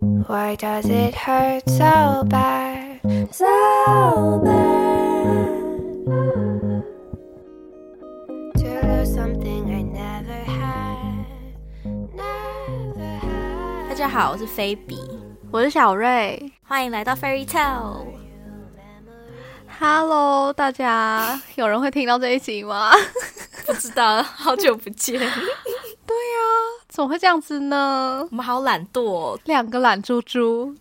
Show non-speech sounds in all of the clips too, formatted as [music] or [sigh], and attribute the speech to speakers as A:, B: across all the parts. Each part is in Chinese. A: Why does it hurt so bad? So bad. To lose something I never had. Never
B: 大
A: had.
B: 家好，我是菲比，
C: 我是小瑞
B: 欢迎来到 Fairy Tale。
C: ，Hello，大
B: [laughs]
C: 家，有人会听到这一集吗？
B: 不知道，好久不
C: [laughs]
B: 见，
C: 啊怎么会这样子呢？
B: 我们好懒惰、哦。
C: 两个懒猪猪，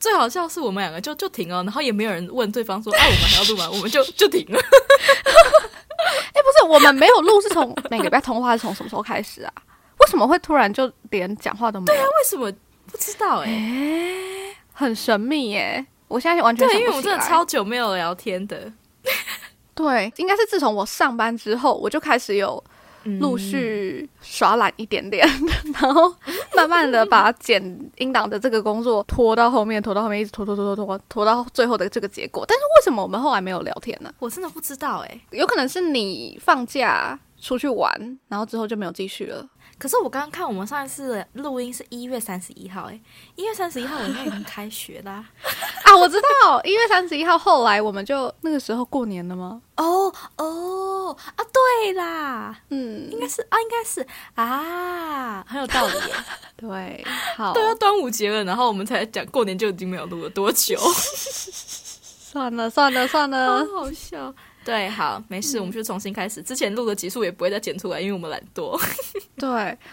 B: 最好笑是我们两个就就停了，然后也没有人问对方说，哎、我们还要录吗？我们就就停了。
C: 哎，不是，我们没有录，是
B: [laughs]
C: 从每个礼拜通话是从什么时候开始啊？为什么会突然就连讲话都没有？
B: 为什么不知道、哎，
C: 很神秘耶！我现在完全
B: 对，
C: 想
B: 因为我
C: 不
B: 们
C: 起
B: 真
C: 来
B: 的超久没有聊天的，
C: 对，应该是自从我上班之后，我就开始有
B: 嗯
C: 陆续耍懒一点 [laughs] 点，然后慢慢的把剪音档的这个工作拖到后面，拖到后面，一直拖拖拖拖拖拖到最后的这个结果。但是为什么我们后来没有聊天呢？
B: 我真的不知道、哎。
C: 有可能是你放假出去玩，然后之后就没有继续了。
B: 可是我刚刚看我们上一次录音是一月三十一号、哎，一月三十一号我应该已经开学啦、
C: 啊，我知道，一月三十一号后来我们就那个时候过年了吗？
B: 哦哦啊，对啦，
C: 嗯
B: 应，该是啊，应该是啊，很有道理耶。
C: 对，好，
B: 都要端午节了，然后我们才讲过年就已经没有录了多久，
C: 算了算了算了，
B: 好笑。啊嗯对，好，没事，我们就重新开始。之前录的集数也不会再剪出来，因为我们懒惰。
C: 对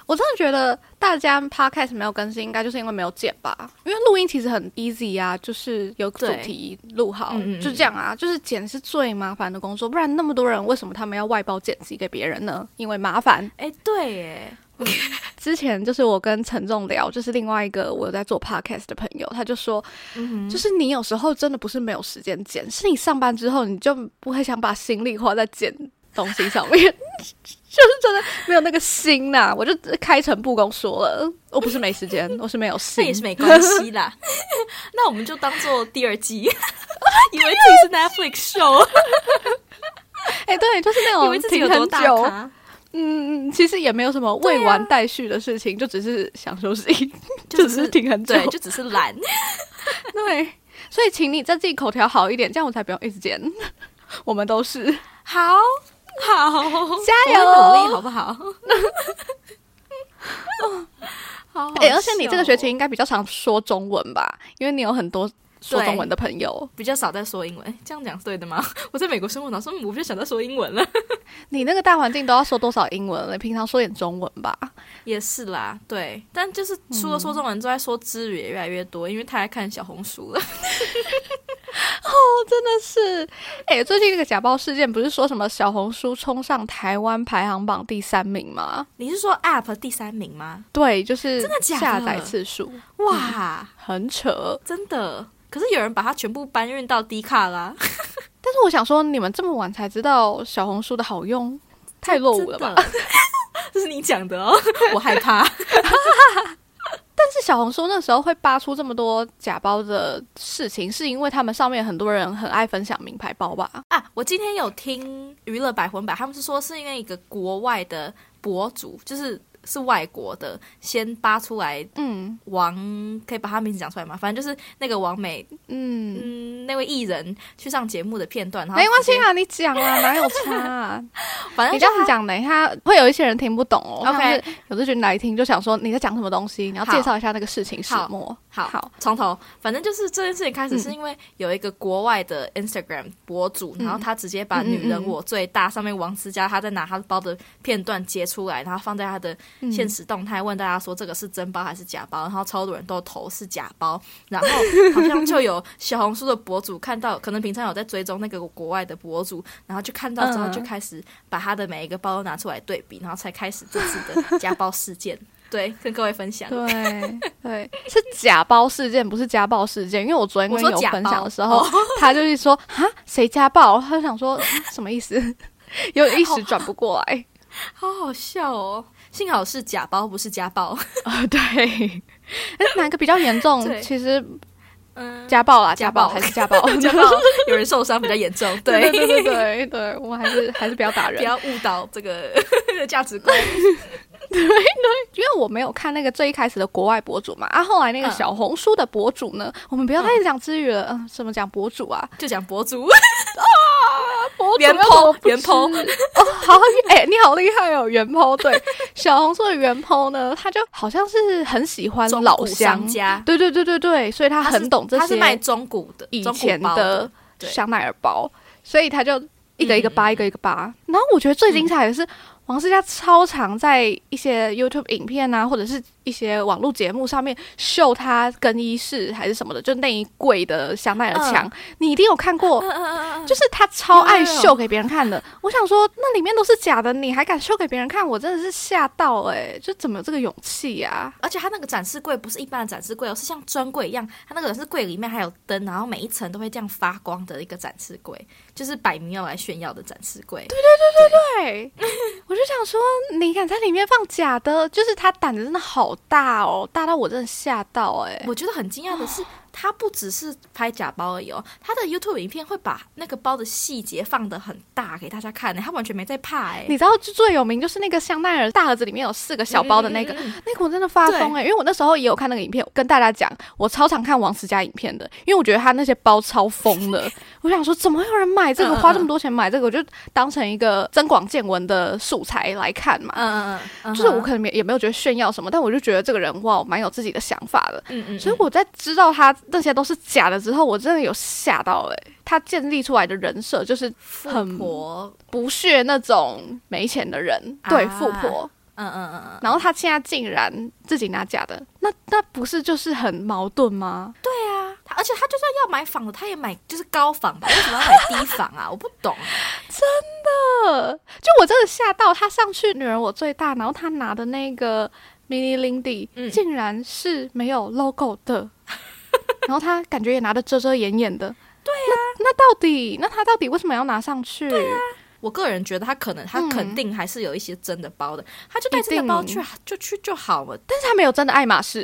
C: 我真的觉得大家 podcast 没有更新，应该就是因为没有剪吧。因为录音其实很 easy 啊，就是有主
B: 对
C: 题录好，
B: 嗯嗯嗯
C: 就这样啊。就是剪是最麻烦的工作，不然那么多人为什么他们要外包剪辑给别人呢？因为麻烦。
B: [laughs] 哎，对，耶，
C: 之前就是我跟陈仲聊，就是另外一个我有在做 podcast 的朋友，他就说，
B: 嗯
C: 就是你有时候真的不是没有时间剪，是你上班之后你就不会想把心力花在剪东西上面， [laughs] 就是真的没有那个心呐、我就开诚布公说了，我不是没时间，我是没有
B: [laughs] 这
C: 心。
B: 也是没关系 [laughs] 啦。那我们就当做第二 [laughs] 季，以为自己是 Netflix show，
C: 哎、对，就是那
B: 以为
C: 种
B: 自己有
C: 停
B: 多
C: 很
B: 大
C: 久，
B: 咖，
C: 嗯，嗯，其实也没有什么未完待续的事情，就只是想休息，
B: 就
C: [laughs] 就
B: 只
C: 只
B: 是
C: 是停很久，
B: 对，就只是懒。
C: [laughs] 对，所以请你在自己口条好一点，这样我才不用一直剪。 [laughs] 我们都是
B: 好，好，
C: 加油
B: 我会努力好不 [laughs] 好？哦好好
C: 哎、而且你这个学期
B: 笑哦
C: 应该比较常说中文吧，因为你有很多说
B: 对
C: 中文的朋友。
B: 比较少在说英文，这样讲是对的吗？我在美国生活，老师，嗯我不就想在说英文了？
C: 你那个大环境都要说多少英文了？你平常说点中文吧。
B: 也是啦，对，但就是除了说中文之外，说之语也越来越多，因为他爱看小红书了。
C: 真的是，哎、最近那个假包事件不是说什么小红书冲上台湾排行榜第三名吗？
B: [laughs] 你是说 App 第三名吗？
C: 对，就是
B: 真的假的嗯
C: 下载次数
B: 哇，
C: 很扯。
B: 真的！可是有人把它全部搬运到 D 卡 [laughs] 啦，
C: 但是我想说，你们这么晚才知道小红书的好用，太落伍了吧？
B: 真的？ [laughs] 这是你讲的哦， [laughs] 我害怕。
C: 但是小红书那时候会扒出这么多假包的事情，是因为他们上面很多人很爱分享名牌包吧？
B: 啊，我今天有听娱乐百分百，他们是说是因为一个国外的博主，就是是外国的，先扒出来
C: 嗯
B: 王，可以把他名字讲出来吗？反正就是那个王美，
C: 嗯。
B: 嗯，那位艺人去上节目的片段，然后
C: 没关系
B: 直接，
C: 啊，你讲
B: [laughs]
C: 啊，哪有差、啊？
B: 反正
C: 你
B: 就
C: 这样子讲，等一下会有一些人听不懂哦。
B: OK
C: 像是有的群来听就想说你在讲什么东西，你要
B: 好
C: 介绍一下那个事情始末。
B: 好
C: 好
B: 从头，反正就是这件事情开始是因为有一个国外的 Instagram 博主，然后他直接把“
C: 嗯嗯
B: 女人
C: 嗯
B: 我最大”上面王思佳她在拿她的包的片段截出来，然后放在她的
C: 嗯
B: 现实动态问大家说这个是真包还是假包，然后超多人都投是假包，然后好像就有小红书的博主看到，可能平常有在追踪那个国外的博主，然后就看到之后
C: 嗯
B: 就开始把他的每一个包都拿出来对比，然后才开始这次的假包事件。 [laughs] 对，跟各位分享。
C: 对
B: [laughs]
C: 对，是假包事件，不是家暴事件。因为我昨天
B: 我
C: 跟
B: 说
C: 有
B: 假
C: 分
B: 包哦
C: 享的时候， [laughs] 他就是说哈谁家暴，他就想说嗯什么意思， [laughs] 有一时转不过来。
B: 好好笑哦！幸好是假包，不是家暴。 [laughs]
C: 啊、对， [laughs] 哎哪个比较严重
B: 哦对？
C: 其实
B: 嗯，
C: 家暴啦，
B: 家
C: 家
B: 暴
C: 暴还是家暴，
B: [laughs] 家暴
C: [laughs]
B: 有人受伤比较严重，
C: 对
B: 对，
C: 对对对对，我们还是还是不要打
B: 不 [laughs]
C: 人。
B: 要误导这个价值观。
C: 因为我没有看那个最一开始的国外博主嘛，啊，后来那个
B: 嗯
C: 小红书的博主呢，我们不要太讲之语了，嗯，什么讲博主啊？
B: 就讲博主，
C: 博主
B: [laughs] 原
C: 又
B: 剖
C: 怎么不
B: 原
C: 知
B: 剖
C: 哦， [laughs] 好，哎、你好厉害哦，原剖对， [laughs] 小红书的原剖呢，他就好像是很喜欢
B: 中
C: 老
B: 古
C: 乡
B: 商，家，
C: 对对对对对，所以他
B: 他
C: 很懂这
B: 他是卖
C: 些
B: 中古的，
C: 以
B: 中古
C: 前
B: 包的，对
C: 香奈儿包，所以他就一个一个
B: 嗯
C: 扒，
B: 嗯嗯
C: 一个一个扒。然后我觉得最精彩的是，王思佳超常在一些 YouTube 影片啊，或者是一些网络节目上面秀她更衣室还是什么的，就那一柜的香奈儿墙，你一定有看过。
B: 嗯嗯嗯嗯，
C: 就是他超爱
B: 有有有
C: 秀给别人看的，我想说那里面都是假的，你还敢秀给别人看，我真的是吓到哎、就怎么有这个勇气啊呀、
B: 而且它那个展示柜不是一般的展示柜哦，是像专柜一样，它那个展示柜里面还有灯，然后每一层都会这样发光的一个展示柜，就是摆明要来炫耀的展示柜。对对，
C: 对， [laughs] 我就想说，你敢在里面放假的，就是他胆子真的好大哦，大到我真的吓到哎、
B: 我觉得很惊讶的是，
C: 哦
B: 它不只是拍假包而已哦，它的 YouTube 影片会把那个包的细节放得很大给大家看，欸它完全没在怕哎、
C: 你知道就最有名就是那个香奈儿大盒子里面有四个小包的那个，
B: 嗯嗯嗯嗯
C: 那个我真的发疯哎、因为我那时候也有看那个影片，我跟大家讲，我超常看王思佳影片的，因为我觉得她那些包超疯
B: [laughs]
C: 的，我想说怎么会有人买这个，
B: 嗯嗯
C: 花这么多钱买这个，我就当成一个增广见闻的素材来看嘛。
B: 嗯嗯嗯嗯，
C: 就是我可能也也没有觉得炫耀什么，但我就觉得这个人哇，蛮有自己的想法的。
B: 嗯嗯，嗯
C: 所以我在知道他那些都是假的之后，我真的有吓到哎、他建立出来的人设就是
B: 富
C: 很
B: 婆，
C: 不屑那种没钱的人，
B: 啊
C: 对富婆。
B: 嗯嗯嗯嗯，
C: 然后他现在竟然自己拿假的，那那不是就是很矛盾吗？
B: 对啊，他而且他就算要买仿的，他也买就是高仿吧，为什么要买低仿
C: [laughs]
B: 啊？我不懂，
C: 呃，就我真的吓到他上去，女人我最大，然后他拿的那个 mini Lindy、
B: 嗯
C: 竟然是没有 logo [laughs] 的，然后他感觉也拿的遮遮掩掩的。对啊，啊那到底那他到底为什么要拿上去？
B: 我个人觉得他可能他
C: 嗯
B: 肯定还是有一些真的包的，他就带真
C: 一
B: 的包
C: 定
B: 去就去就好了。
C: 但是他没有真的爱马仕。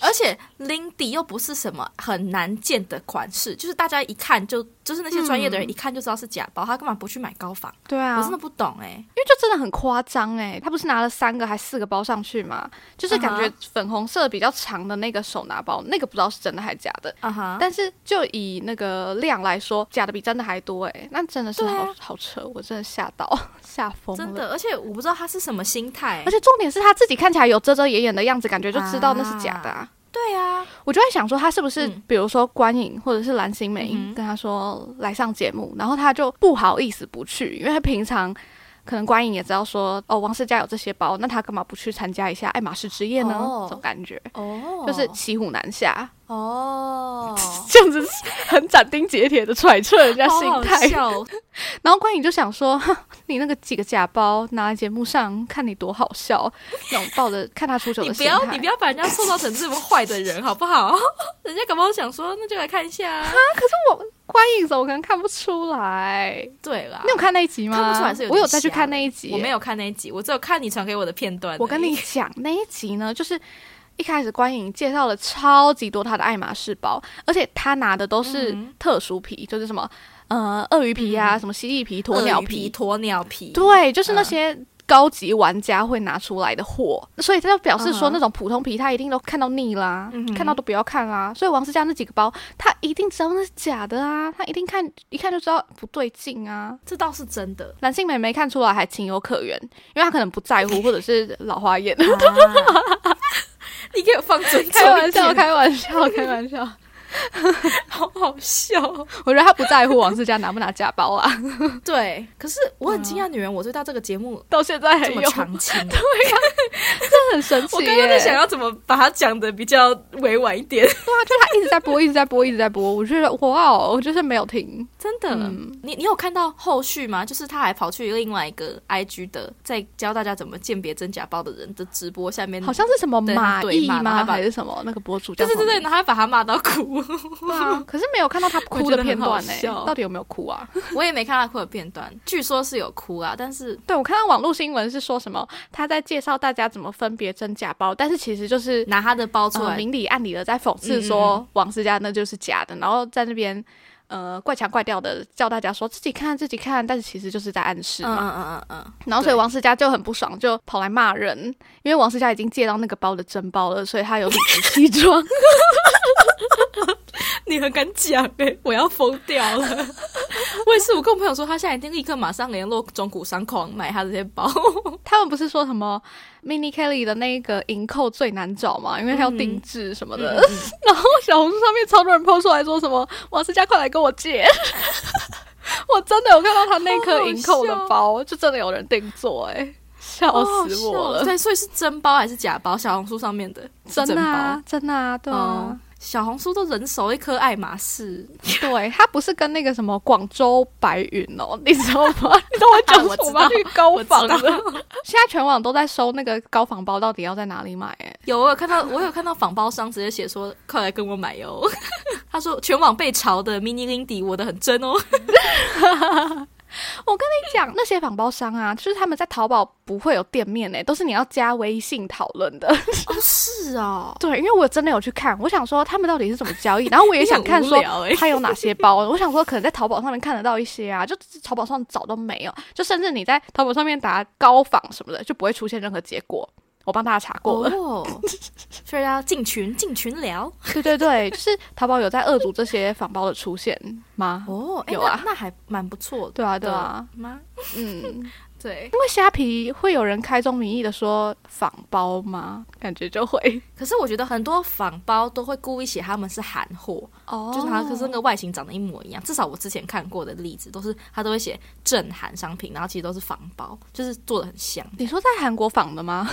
B: 而且 Lindy 又不是什么很难见的款式，就是大家一看就就是那些专业的人一看就知道是假包，他干嘛不去买高仿？
C: [laughs] 对嗯啊，
B: 我真的不懂哎、
C: 因为就真的很夸张哎，他不是拿了三个还四个包上去吗？就是感
B: 啊
C: 觉
B: 哈
C: 粉红色比较长的那个手拿包，那个不知道是真的还是假的。
B: 啊哈，
C: 但是就以那个量来说，假的比真的还多哎，那真的是
B: 对
C: 好、
B: 啊
C: 好扯，我真的吓到 [laughs] 吓疯了。
B: 真的，而且我不知道他是什么心态、
C: 而且重点是他自己看起来有遮遮掩掩的样子，感觉就知道那是假的啊。
B: 对啊，
C: 我就在想说，他是不是
B: 嗯
C: 比如说关颖或者是蓝心湄
B: 嗯哼
C: 跟他说来上节目，然后他就不好意思不去，因为他平常可能关颖也知道说哦王思佳有这些包，那他干嘛不去参加一下爱马仕之夜呢？
B: 哦
C: 这种感觉
B: 哦
C: 就是骑虎难下， [laughs]
B: 哦，
C: 这样子很斩钉截铁的揣测人家心
B: 好好
C: 态。[laughs]
B: 笑哦
C: 然后关颖就想说， [laughs] 哼你那个几个假包拿来节目上看你多好笑，那种抱着看他出糗
B: 你
C: 的
B: 不
C: 心态。
B: 要你不要把人家塑造成这么坏的人好不好？ [laughs] 人家搞不好想说那就来看一下、啊，
C: 关颖哎怎么可能看不出来？
B: 对啦
C: 你，有看那一集吗？
B: 看不出来是有点
C: 我有再去看那一集，
B: 我没。有看那一集，我只有看你传给我的片段而已。
C: 我跟你讲，那一集呢，就是一开始关颖介绍了超级多她的爱马仕包，而且她拿的都是
B: 嗯
C: 特殊皮，就是什么呃鳄鱼皮啊，
B: 嗯
C: 什么蜥蜴皮、鸵鸟
B: 鳄鱼皮、嗯鸵鸟皮，
C: 对，啊就是那些高级玩家会拿出来的货，所以他就表示说，
B: 嗯哼
C: 那种普通皮他一定都看到腻啦，
B: 嗯哼
C: 看到都不要看啦。所以王思佳那几个包，他一定知道那是假的啊，他一定看一看就知道不对劲啊。
B: 这倒是真的。
C: 蓝心湄没看出来还情有可原，因为她可能不在乎，或者是老花
B: [laughs]
C: 眼。
B: 你给我放尊重一点，
C: 开玩 [laughs] 笑，开玩笑，开玩笑。
B: 好好笑。
C: 我觉得她不在乎王思佳拿不拿假包啊， [laughs]
B: 对，可是我很惊讶，《女人我最大》这个节目
C: 到现在还
B: 这么
C: 有， [laughs]
B: 长青。
C: 这很神奇
B: [laughs] 我
C: 耶。
B: 刚刚在想要怎么把它讲的比较委婉一点。
C: 对啊，就是她一直在播，一直在播，一直在播。我觉得哇哦，我就是没有停。
B: 真的，你你有看到后续吗？就是他还跑去另外一个 IG 的，在教大家怎么鉴别真假包的人的直播下面，
C: 好像是什么
B: 对
C: 马
B: 嗯对
C: 毅
B: 马
C: 吗？
B: 马吧
C: 还是什么那个博主叫
B: 对
C: 什么
B: 对对对，
C: 名字？
B: 然后还把他骂到哭。
C: 啊！可是没有看到他
B: 我
C: 哭
B: 觉
C: 的
B: 得
C: 片
B: 很好
C: 段呢、
B: 笑
C: 到底有没有哭啊？
B: [laughs] 我也没看他哭的片段，据说是有哭啊，但是
C: 对我看到网络新闻是说什么他在介绍大家怎么分别真假包，但是其实就是
B: 拿他的包出
C: 呃
B: 来，
C: 明里暗里的在讽刺
B: 嗯嗯
C: 说王思佳那就是假的，然后在那边呃怪腔怪调的叫大家说自己看自己看，但是其实就是在暗示
B: 嗯
C: 嘛。
B: 嗯嗯嗯嗯，
C: 然后所以
B: 对
C: 王思佳就很不爽，就跑来骂人，因为王思佳已经借到那个包的真包了，所以她有理直气壮。
B: 你很敢讲哎、我要疯掉了。 [laughs] 我也是，我跟我朋友说，他现在一定立刻马上联络中古商狂买他这些 [laughs] 包。
C: 他们不是说什么 Mini Kelly 的那个银扣最难找嘛，因为它要定制什么的。
B: 嗯
C: [laughs] 然后小红书上面超多人 PO 出来说什么王思佳快来跟我借。 [laughs] 我真的有看到他那颗银扣的包，就真的有人定做、哎，笑死我了！
B: 哦对，所以是真包还是假包？小红书上面的是
C: 真的、
B: 包
C: 啊，真的啊，对啊，
B: 嗯，小红书都人手一颗爱马仕，
C: 对，他不是跟那个什么广州白云哦， [laughs] 你知道吗？
B: [laughs]
C: 你懂我
B: 我
C: 讲
B: 知
C: 什么吗？
B: 道
C: 去高
B: 我知
C: 仿
B: 道
C: 的，现在全网都在搜那个高仿包到底要在哪里买、哎，
B: 有，我有看到， [laughs] 我有看到仿包商直接写说，快来跟我买哟。 [laughs] 他说全网被潮的 mini Lindy，我的很真哦。
C: 我跟你讲，那些仿包商啊，就是他们在淘宝不会有店面诶、欸都是你要加微信讨论的。
B: [laughs]
C: [laughs]
B: 哦，是 [laughs] 哦，
C: 对，因为我真的有去看，我想说他们到底是怎么交易，然后我也 [laughs] 想看说
B: 你很无聊欸
C: 它有哪些包。我想说可能在淘宝上面看得到一些啊，就淘宝上找都没有，就甚至你在淘宝上面打高仿什么的，就不会出现任何结果。我帮大家查过了，
B: [laughs] 哦，所以要进群进群聊。
C: [laughs] 对对对，就是淘宝有在恶阻这些仿包的出现吗？
B: 哦，哎
C: 有啊
B: 那那还蛮不错
C: [laughs]
B: 的。
C: 对啊对啊，
B: 吗？
C: 嗯， [laughs]
B: 对，
C: 因为虾皮会有人开宗明义的说仿包吗？感觉就会
B: 可是我觉得很多仿包都会故意写他们是韩货，
C: 哦
B: 就是它可是那个外形长得一模一样。至少我之前看过的例子都是它都会写正韩商品，然后其实都是仿包，就是做的很像。
C: 你说在韩国仿的吗？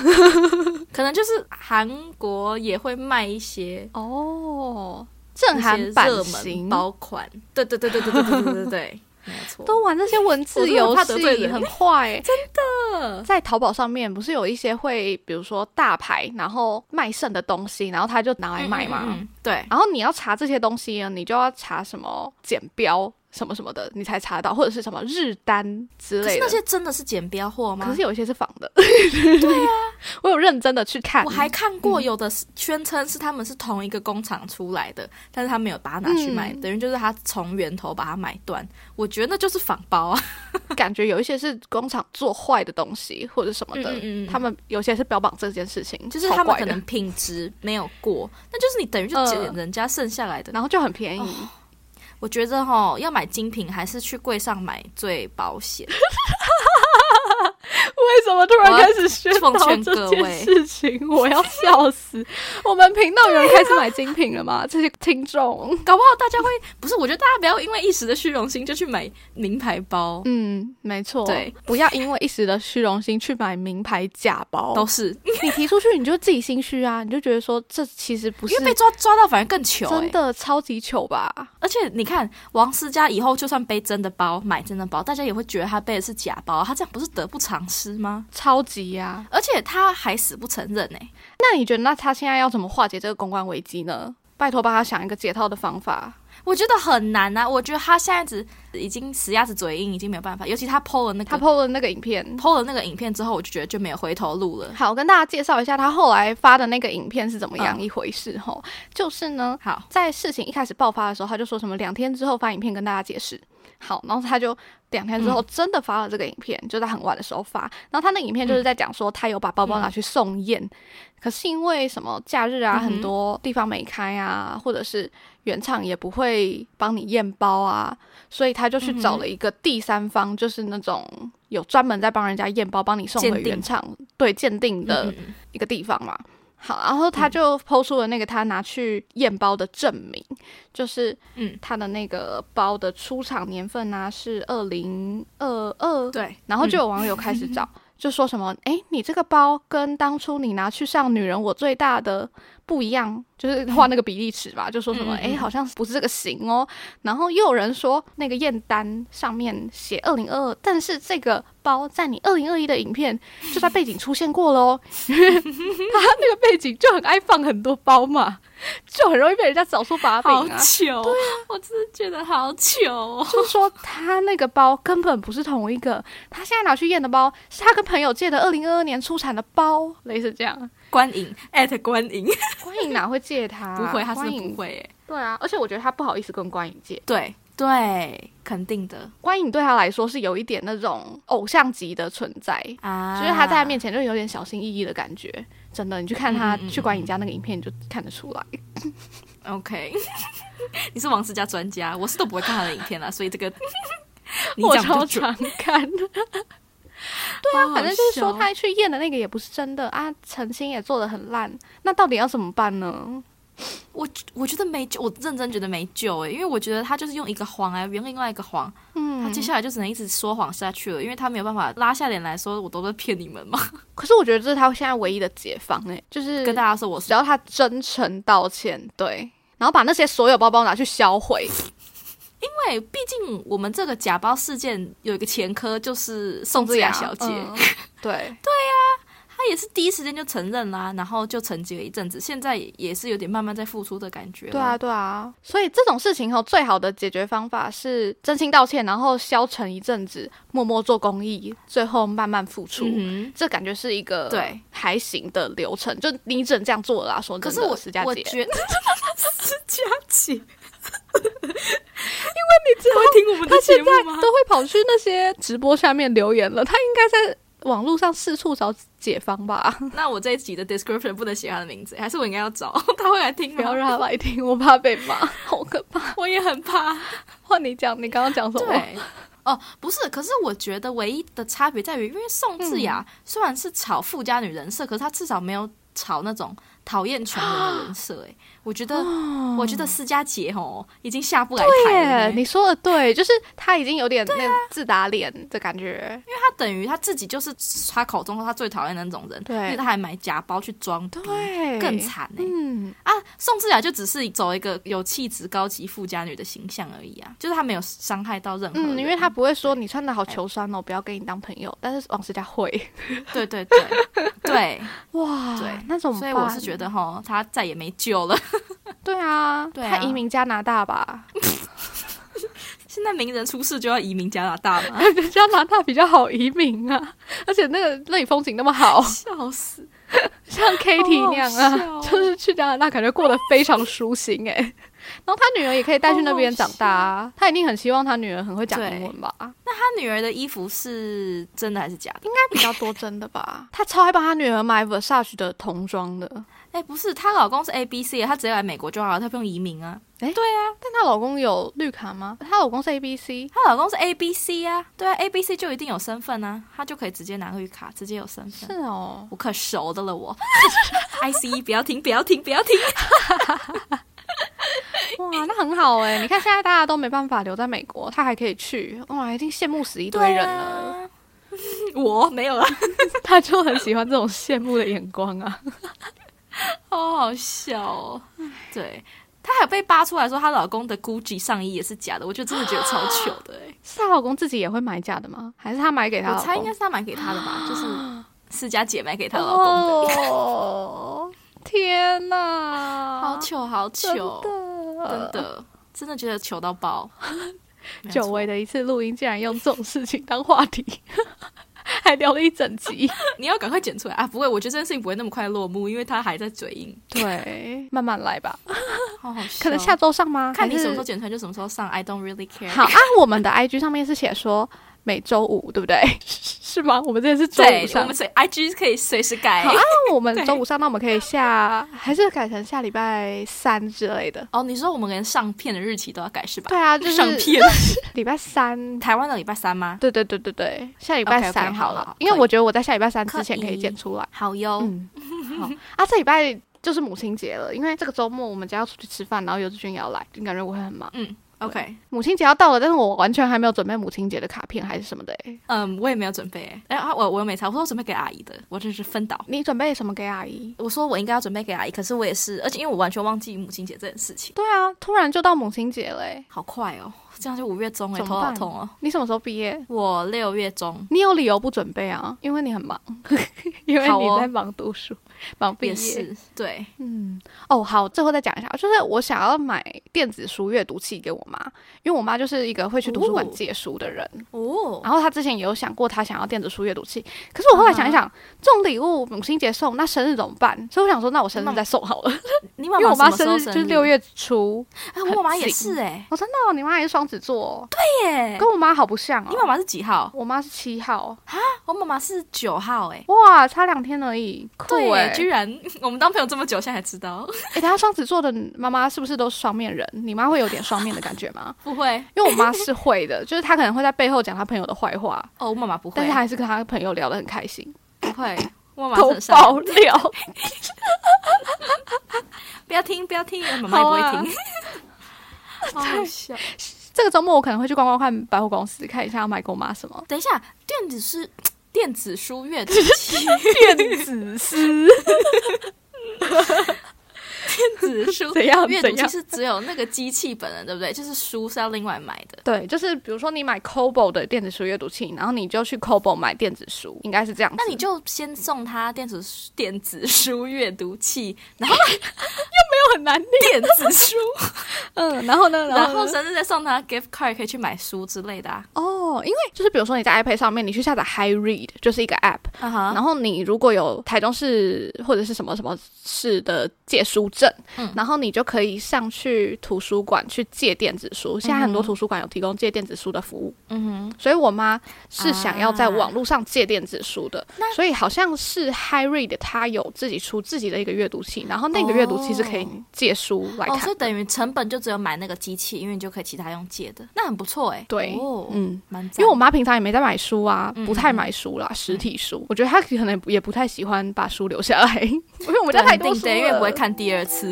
B: 可能就是韩国也会卖一些
C: 哦，正
B: 一些
C: 韩版
B: 热门
C: 型
B: 包款，对对对对对对对对对对，没有错。
C: 都玩这些文字游
B: 我真的很怕得罪
C: 戏，
B: 人
C: 很坏、欸。
B: 的
C: 在淘宝上面不是有一些会，比如说大牌，然后卖剩的东西，然后他就拿来卖嘛。
B: 嗯嗯嗯对，
C: 然后你要查这些东西呢，你就要查什么简标什么什么的，你才查到，或者是什么日单之
B: 可是
C: 类的
B: 那。些真的是剪标货吗？
C: 可是有一些是仿的，对啊， [laughs] 我有认真的去看，
B: 我还看
C: 嗯
B: 过有的是宣称是他们是同一个工厂出来的，但是他没有把它拿去卖，
C: 嗯
B: 等于就是他从源头把它买断。我觉得那就是仿包
C: [laughs]
B: 啊，
C: 感觉有一些是工厂做坏的东西或者什么的，
B: 嗯嗯嗯嗯
C: 他们有些是标榜这件事情，
B: 就是
C: 超
B: 他们
C: 怪
B: 可
C: 的
B: 能品质没有过，那就是你等于就
C: 嗯
B: 捡人家剩下来的。
C: 然后就很便宜，
B: 我觉得哈，要买精品还是去柜上买最保险。 [laughs]
C: 为什么突然开始宣
B: 我要
C: 导
B: 奉劝
C: 这
B: 各
C: 件
B: 位
C: 事情？我要笑死！我们频道有人开始买精品了吗？ [laughs] 这些听众，
B: 搞不好大家会不是？我觉得大家不要因为一时的虚荣心就去买名牌包，
C: 嗯，没错，
B: 对，
C: 不要因为一时的虚荣心去买名牌假包。
B: 都是
C: 你提出去，你就自己心虚啊，你就觉得说这其实不是
B: 因为被抓抓到反而更糗、欸。
C: 真，的超级糗吧？
B: 而且你看王思佳以后就算背真的包，买真的包，大家也会觉得她背的是假包，她这样不是得不偿失吗？
C: 超级啊呀、
B: 而且她还死不承认哎、
C: 那你觉得，那他现在要怎么化解这个公关危机呢？拜托帮他想一个解套的方法。
B: 我觉得很难啊！我觉得她现在只已经死鸭子嘴硬，已经没有办法。尤其她 PO 了那
C: 他
B: 个
C: PO 了那个影片，
B: PO 了那个影片之后，我就觉得就没有回头路了。
C: 好，跟大家介绍一下他后来发的那个影片是怎么样
B: 嗯
C: 一回事吼、就是呢，
B: 好，
C: 在事情一开始爆发的时候，他就说什么两天之后发影片跟大家解释。好，然后他就两天
B: 嗯
C: 之后真的发了这个影片，就在很晚的时候发。然后他那影片就是在讲说他有把包包拿去送验，可是因为什么假日啊，
B: 嗯嗯哼
C: 很多地方没开啊，或者是原厂也不会帮你验包啊，所以他就去找
B: 嗯
C: 了一个第三方，就是那种有专门在帮人家验包、帮你送回
B: 鉴定
C: 原厂对鉴定的
B: 嗯嗯嗯
C: 一个地方嘛。好，然后他就抛出了那个他拿去验包的证明，就是
B: 嗯
C: 他的那个包的出厂年份啊是二零二二，
B: 对，
C: 然后就有网友开始
B: [laughs]
C: 找，就说什么，诶，你这个包跟当初你拿去上《女人我最大》的不一样，就是画那个比例尺吧，就说什么，
B: 嗯嗯嗯
C: 诶，好像不是这个型哦。然后又有人说，那个验单上面写二零二二，但是这个包在你二零二一的影片就在背景出现过 [laughs] 喽。他那个背景就很爱放很多包嘛，就很容易被人家找出把柄
B: 好
C: 啊。
B: 糗，我真的觉得好糗、哦。
C: 就是说他那个包根本不是同一个，他现在拿去验的包是他跟朋友借的二零二二年出产的包，类似这样。
B: [laughs] 观影艾特观影，
C: 观影哪会借他？ [laughs]
B: 不会，他真
C: 观
B: 的
C: 影
B: 不。会耶。
C: 啊对啊，而且我觉得他不好意思跟观影借，
B: 对，对，肯定的
C: 观影对他来说是有一点那种偶像级的存在，
B: 啊，
C: 就是他在他面前就有点小心翼翼的感觉。真的，你去看他、
B: 嗯嗯嗯
C: 去观影家那个影片，你就看得出来。
B: OK，你是王思佳专家，我是都不会看他的影片啦，所以
C: [laughs]
B: 这个你
C: 我
B: 讲
C: 超
B: 不准。
C: 常 [laughs] 看的。对
B: 好
C: 啊，反
B: 好
C: 正就是说
B: 笑
C: 他去验的那个也不是真的啊，澄清也做的很烂，那到底要怎么办呢？
B: 我我觉得没救，我认真觉得没救欸诶、因为我觉得他就是用一个谎来圆另外一个谎，
C: 嗯，
B: 他接下来就只能一直说谎下去了，因为他没有办法拉下脸来说我都在骗你们嘛，
C: 可是我觉得这是他现在唯一的解放哎、就是
B: 跟大家说我
C: 只
B: 是
C: 要他真诚道歉，对，然后把那些所有包包拿去销毁，
B: 因为毕竟我们这个假包事件有一个前科，就是宋智雅小姐，
C: 嗯 [laughs] 对，
B: 她也是第一时间就承认啦，然后就沉寂了一阵子，现在也是有点慢慢在付出的感觉。
C: 对啊，，对啊，所以这种事情后最好的解决方法是真心道歉，然后消沉一阵子，默默做公益，最后慢慢付出。
B: 嗯哼。
C: 这感觉是一个
B: 对
C: 还行的流程，就你只能这样做了啦。说
B: 可
C: 真
B: 是
C: 的，
B: 我
C: 石佳
B: 我
C: 姐，
B: 觉 [laughs] 得石佳 [laughs] 姐，因为你知道会听我们
C: 她
B: 的
C: 现
B: 节
C: 在
B: 目吗？
C: 都会跑去那些直播下面留言了，她应该在网络上四处找解方吧？
B: 那我这一集的 description 不能写她的名字，还是我应该要找她会来听
C: 不要
B: 吗？
C: 让她来听，我怕被骂，好可怕。
B: 我也很怕。
C: [laughs] 换你讲，你刚刚讲什么？
B: 对，哦，不是，可是我觉得唯一的差别在于，因为宋智雅
C: 嗯
B: 虽然是炒富家女人设，可是她至少没有炒那种讨厌穷人的人设。哎，我觉得，
C: 哦
B: 我觉得思佳姐吼已经下不来台了
C: 耶，
B: 呢。啊
C: 你说的对，就是她已经有点那个自打脸的感觉。
B: 她等于她自己就是她口中说她最讨厌的那种人，
C: 对
B: 因为她还买假包去装逼，
C: 对，
B: 更惨哎。
C: 嗯，
B: 啊，宋智雅就只是走一个有气质、高级富家女的形象而已啊，就是她没有伤害到任何人。
C: 嗯，因为他不会说你穿的好球衫哦，不要跟你当朋友，但是王思佳会，
B: 对对对
C: [laughs]
B: 对，
C: 哇，
B: 对
C: 那怎么
B: 所
C: 办？
B: 以我是觉得哈，她再也没救了。 [laughs]
C: 对啊，
B: 对啊
C: 他移民加拿大吧， [laughs]
B: 现在名人出事就要移民加拿大
C: [laughs]
B: 吗？，
C: 感觉加拿大比较好移民啊，而且那个那里风景那么好
B: [laughs] 笑死！
C: 像 Kitty 那样
B: 好好笑
C: 啊， [laughs]
B: 哦
C: 就是去加拿大感觉过得非常舒心哎、 [laughs] 然后他女儿也可以带去那边长大、啊，他一定很希望他女儿很会讲英文吧？啊那
B: 他女儿的衣服是真的还是假的？
C: 比较多真的吧？ [laughs] 他超爱帮他女儿买 Versace 的童装的，
B: 哎、不是，她老公是 A B C，她直接来美国就好了，她不用移民啊。
C: 但她老公有绿卡吗？她老公是 A B C，
B: 她老公是 A B C 啊，对啊，A B C 就一定有身份啊，她就可以直接拿绿卡，直接有身
C: 是
B: 份。
C: 哦，
B: 我可熟的了我 [laughs] ，I C 不要停，不要停，不要 [laughs] 停。
C: 哇，那很好哎、你看现在大家都没办法留在美国，他还可以去，哇，一定羡慕死一堆人了。
B: 啊，我没有啊了，
C: [laughs] 他就很喜欢这种羡慕的眼光啊。
B: [laughs] 好好笑哦。对，她还被扒出来说她老公的 GUCCI 上衣也是假的，我就真的觉得超糗的哎、 [gasps]
C: 是她老公自己也会买假的吗？还是她买给她
B: 我
C: 老
B: 猜应该
C: 公？
B: 是她买给她的 [gasps] 吧，就是世家姐买给她老公的。
C: 哦，天哪，
B: 好糗，好糗，哦真
C: 的，
B: 的，真的觉得糗到 [laughs] 爆。没
C: 久
B: 错
C: 违的一次录音，竟然用这种事情当话题， [laughs] 还聊了一整
B: [laughs]
C: 集。
B: [laughs] 你要赶快剪出来啊！不会，我觉得这件事情不会那么快落幕，因为她还在嘴硬。
C: 对，慢慢来吧。
B: 好好笑，
C: 可能下周上吗？
B: 哦看你
C: 还是
B: 什么时候剪出来就什么时候上。I don't really care。
C: 好，啊。我们的 IG 上面是写说每周五，对不 [laughs] 对？是吗？我们这是周
B: 对
C: 五，
B: 我
C: 上
B: 们。随 IG 可以随时改
C: 好。啊，我们
B: 对
C: 周五上，那我们可以下，还是改成下礼拜三之类的。
B: 哦，你说我们连上片的日期都要改是吧？
C: 对啊，就是
B: 上片，
C: 礼拜三。
B: 台湾的礼拜三吗？
C: 对对对对对，下礼拜
B: OK，OK，
C: 三
B: 好
C: 了
B: 好
C: 因为
B: 可以
C: 我觉得我在下礼拜三之
B: 可
C: 前可以
B: 以
C: 剪出来。
B: 好哟，
C: 嗯，好啊，这礼拜就是母亲节了，因为这个周末我们家要出去吃饭，然后游志军也要来，你感觉我会很忙。
B: 嗯，OK，
C: 母亲节要到了，但是我完全还没有准备母亲节的卡片还是什么的、欸。
B: 嗯，我也没有准备欸。哎、啊，我我又没查，我说我准备给阿姨的，我真是分倒。
C: 你准备什么给阿姨？
B: 我说我应该要准备给阿姨，可是我也是，而且因为我完全忘记母亲节这件事情，
C: 对啊，突然就到母亲节了、欸，
B: 好快哦，这样就五月中哎，
C: 怎么
B: 头好
C: 办
B: 痛哦。
C: 你什么时候毕业？
B: 我六月中
C: 你有理由不准备啊，因为你很忙， [laughs] 因为
B: 好
C: 你
B: 哦
C: 在忙读书、忙毕
B: 也
C: 业。
B: 是，对，
C: 嗯，哦，好，最后再讲一下，就是我想要买电子书阅读器给我妈，因为我妈就是一个会去图书馆
B: 哦
C: 借书的人，
B: 哦，
C: 然后她之前也有想过她想要电子书阅读器，可是我后来
B: 啊
C: 想一想，这种礼物母亲节送，那生日怎么办？所以我想说，那我生日再送好了，
B: 你妈
C: 因为我妈
B: 什么时
C: 生日
B: 候
C: 就是六
B: 日，
C: 月初，
B: 哎，我妈也
C: 很近
B: 是哎，
C: 我真的哦、你妈也是双双子座、哦，
B: 耶
C: 跟我妈好不像哦。
B: 你妈妈是几号？
C: 我妈是七号，
B: 我妈妈是九号、欸，哎，
C: 哇，差两天而已，酷
B: 对
C: 哎、
B: 耶，居然我们当朋友这么久，现在才知道，
C: 哎、等下双子座的妈妈是不是都是双面人？你妈会有点双面的感觉吗？
B: 不会
C: 因为我妈是会
B: [laughs]
C: 的，就是她可能会在背后讲她朋友的坏话，
B: 哦，我妈妈不
C: 但
B: 会
C: 是，她还是跟她朋友聊得很开心，
B: 不会，我妈妈是啊
C: 偷
B: 很善良
C: 爆料。 [laughs]
B: 不要听，不要听，妈妈也不
C: 啊
B: 会
C: [laughs]
B: 听。好好笑。
C: 这个周末我可能会去逛逛看百货公司，看一下要买给我妈
B: [laughs]
C: 什么。
B: 等一下，电子是电子书阅读器，
C: [laughs] 电子丝
B: [laughs] 电子书
C: [laughs] 怎样
B: 阅读
C: 怎
B: 器
C: 样？
B: 是只有那个机器本人，对不对？就是书是要另外买的。
C: 对，就是比如说你买 Kobo 的电子书阅读器，然后你就去 Kobo 买电子书，应该是这样子。
B: 那你就先送他电子书电子书阅读器，
C: [laughs] 又很难念。
B: 电
C: [laughs]
B: 子书，
C: 嗯，然后呢？
B: 然
C: 然
B: 后
C: 后
B: 生日再送他 gift card，可以去买书之类的啊。
C: 哦，因为就是比如说你在 iPad 上面，你去下载 High Read，就是一个 App，
B: 啊哈
C: 然后你如果有台中市或者是什么什么市的借书证，
B: 嗯
C: 然后你就可以上去图书馆去借电子书。现在很多图书馆有提供借电子书的服务，
B: 嗯哼，
C: 所以我妈是想要在网络上借电子书的，
B: 啊那
C: 所以好像是 High Read 它有自己出自己的一个阅读器，然后那个阅读器是可以借书来
B: 哦，
C: 看。
B: 所以等于成本就只有买那个机器，因为你就可以其他用借的，那很不错哎。
C: 对
B: 哦，
C: 嗯，
B: 蛮赞的，
C: 因为我妈平常也没在买书啊，
B: 嗯
C: 不太买书啦，实体书。我觉得她可能也不太喜欢把书留下
B: [laughs]
C: 来，因为我们家
B: 对
C: 太
B: 一定
C: 多书
B: 得
C: 了，
B: 因为不会看第二次。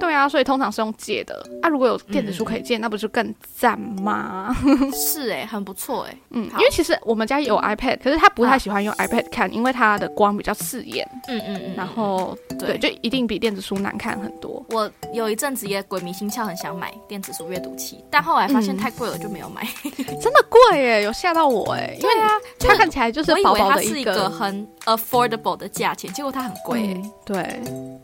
C: 对啊，所以通常是用借的。啊，如果有电子书可以借，那不就更赞吗？
B: 是哎、很不错哎、
C: 嗯，
B: 好
C: 因为其实我们家也有 iPad，可是他不太喜欢用 iPad 看，因为它的光比较刺眼，
B: 嗯嗯嗯
C: 然后
B: 对
C: 对，就一定比电子书难看很多。
B: 我有一阵子也鬼迷心窍，很想买电子书阅读器，但后来发现
C: 嗯
B: 太贵了，就没有买。
C: 真的贵耶，有吓到我哎，因为
B: 哎啊，
C: 它看起来就是
B: 我以
C: 薄
B: 为
C: 薄
B: 它
C: 的
B: 是一个
C: 个。
B: 很 affordable 的价钱，结果它很贵、欸。
C: 嗯对，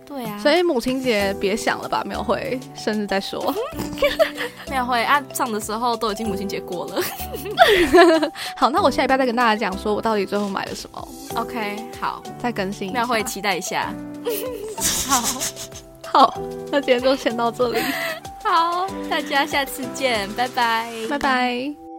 B: 对啊，
C: 所以母亲节别想了吧，没有回生日再说。
B: 没有会啊，上的时候都已经母亲节过了。
C: 好，那我下礼拜再跟大家讲，说我到底最后买了什么，
B: [laughs] OK，好，
C: 再更新一下。
B: 妙慧期待一下。 [laughs] 好
C: 好，那今天就先到这里，
B: 好，大家下次见，拜拜，
C: 拜拜。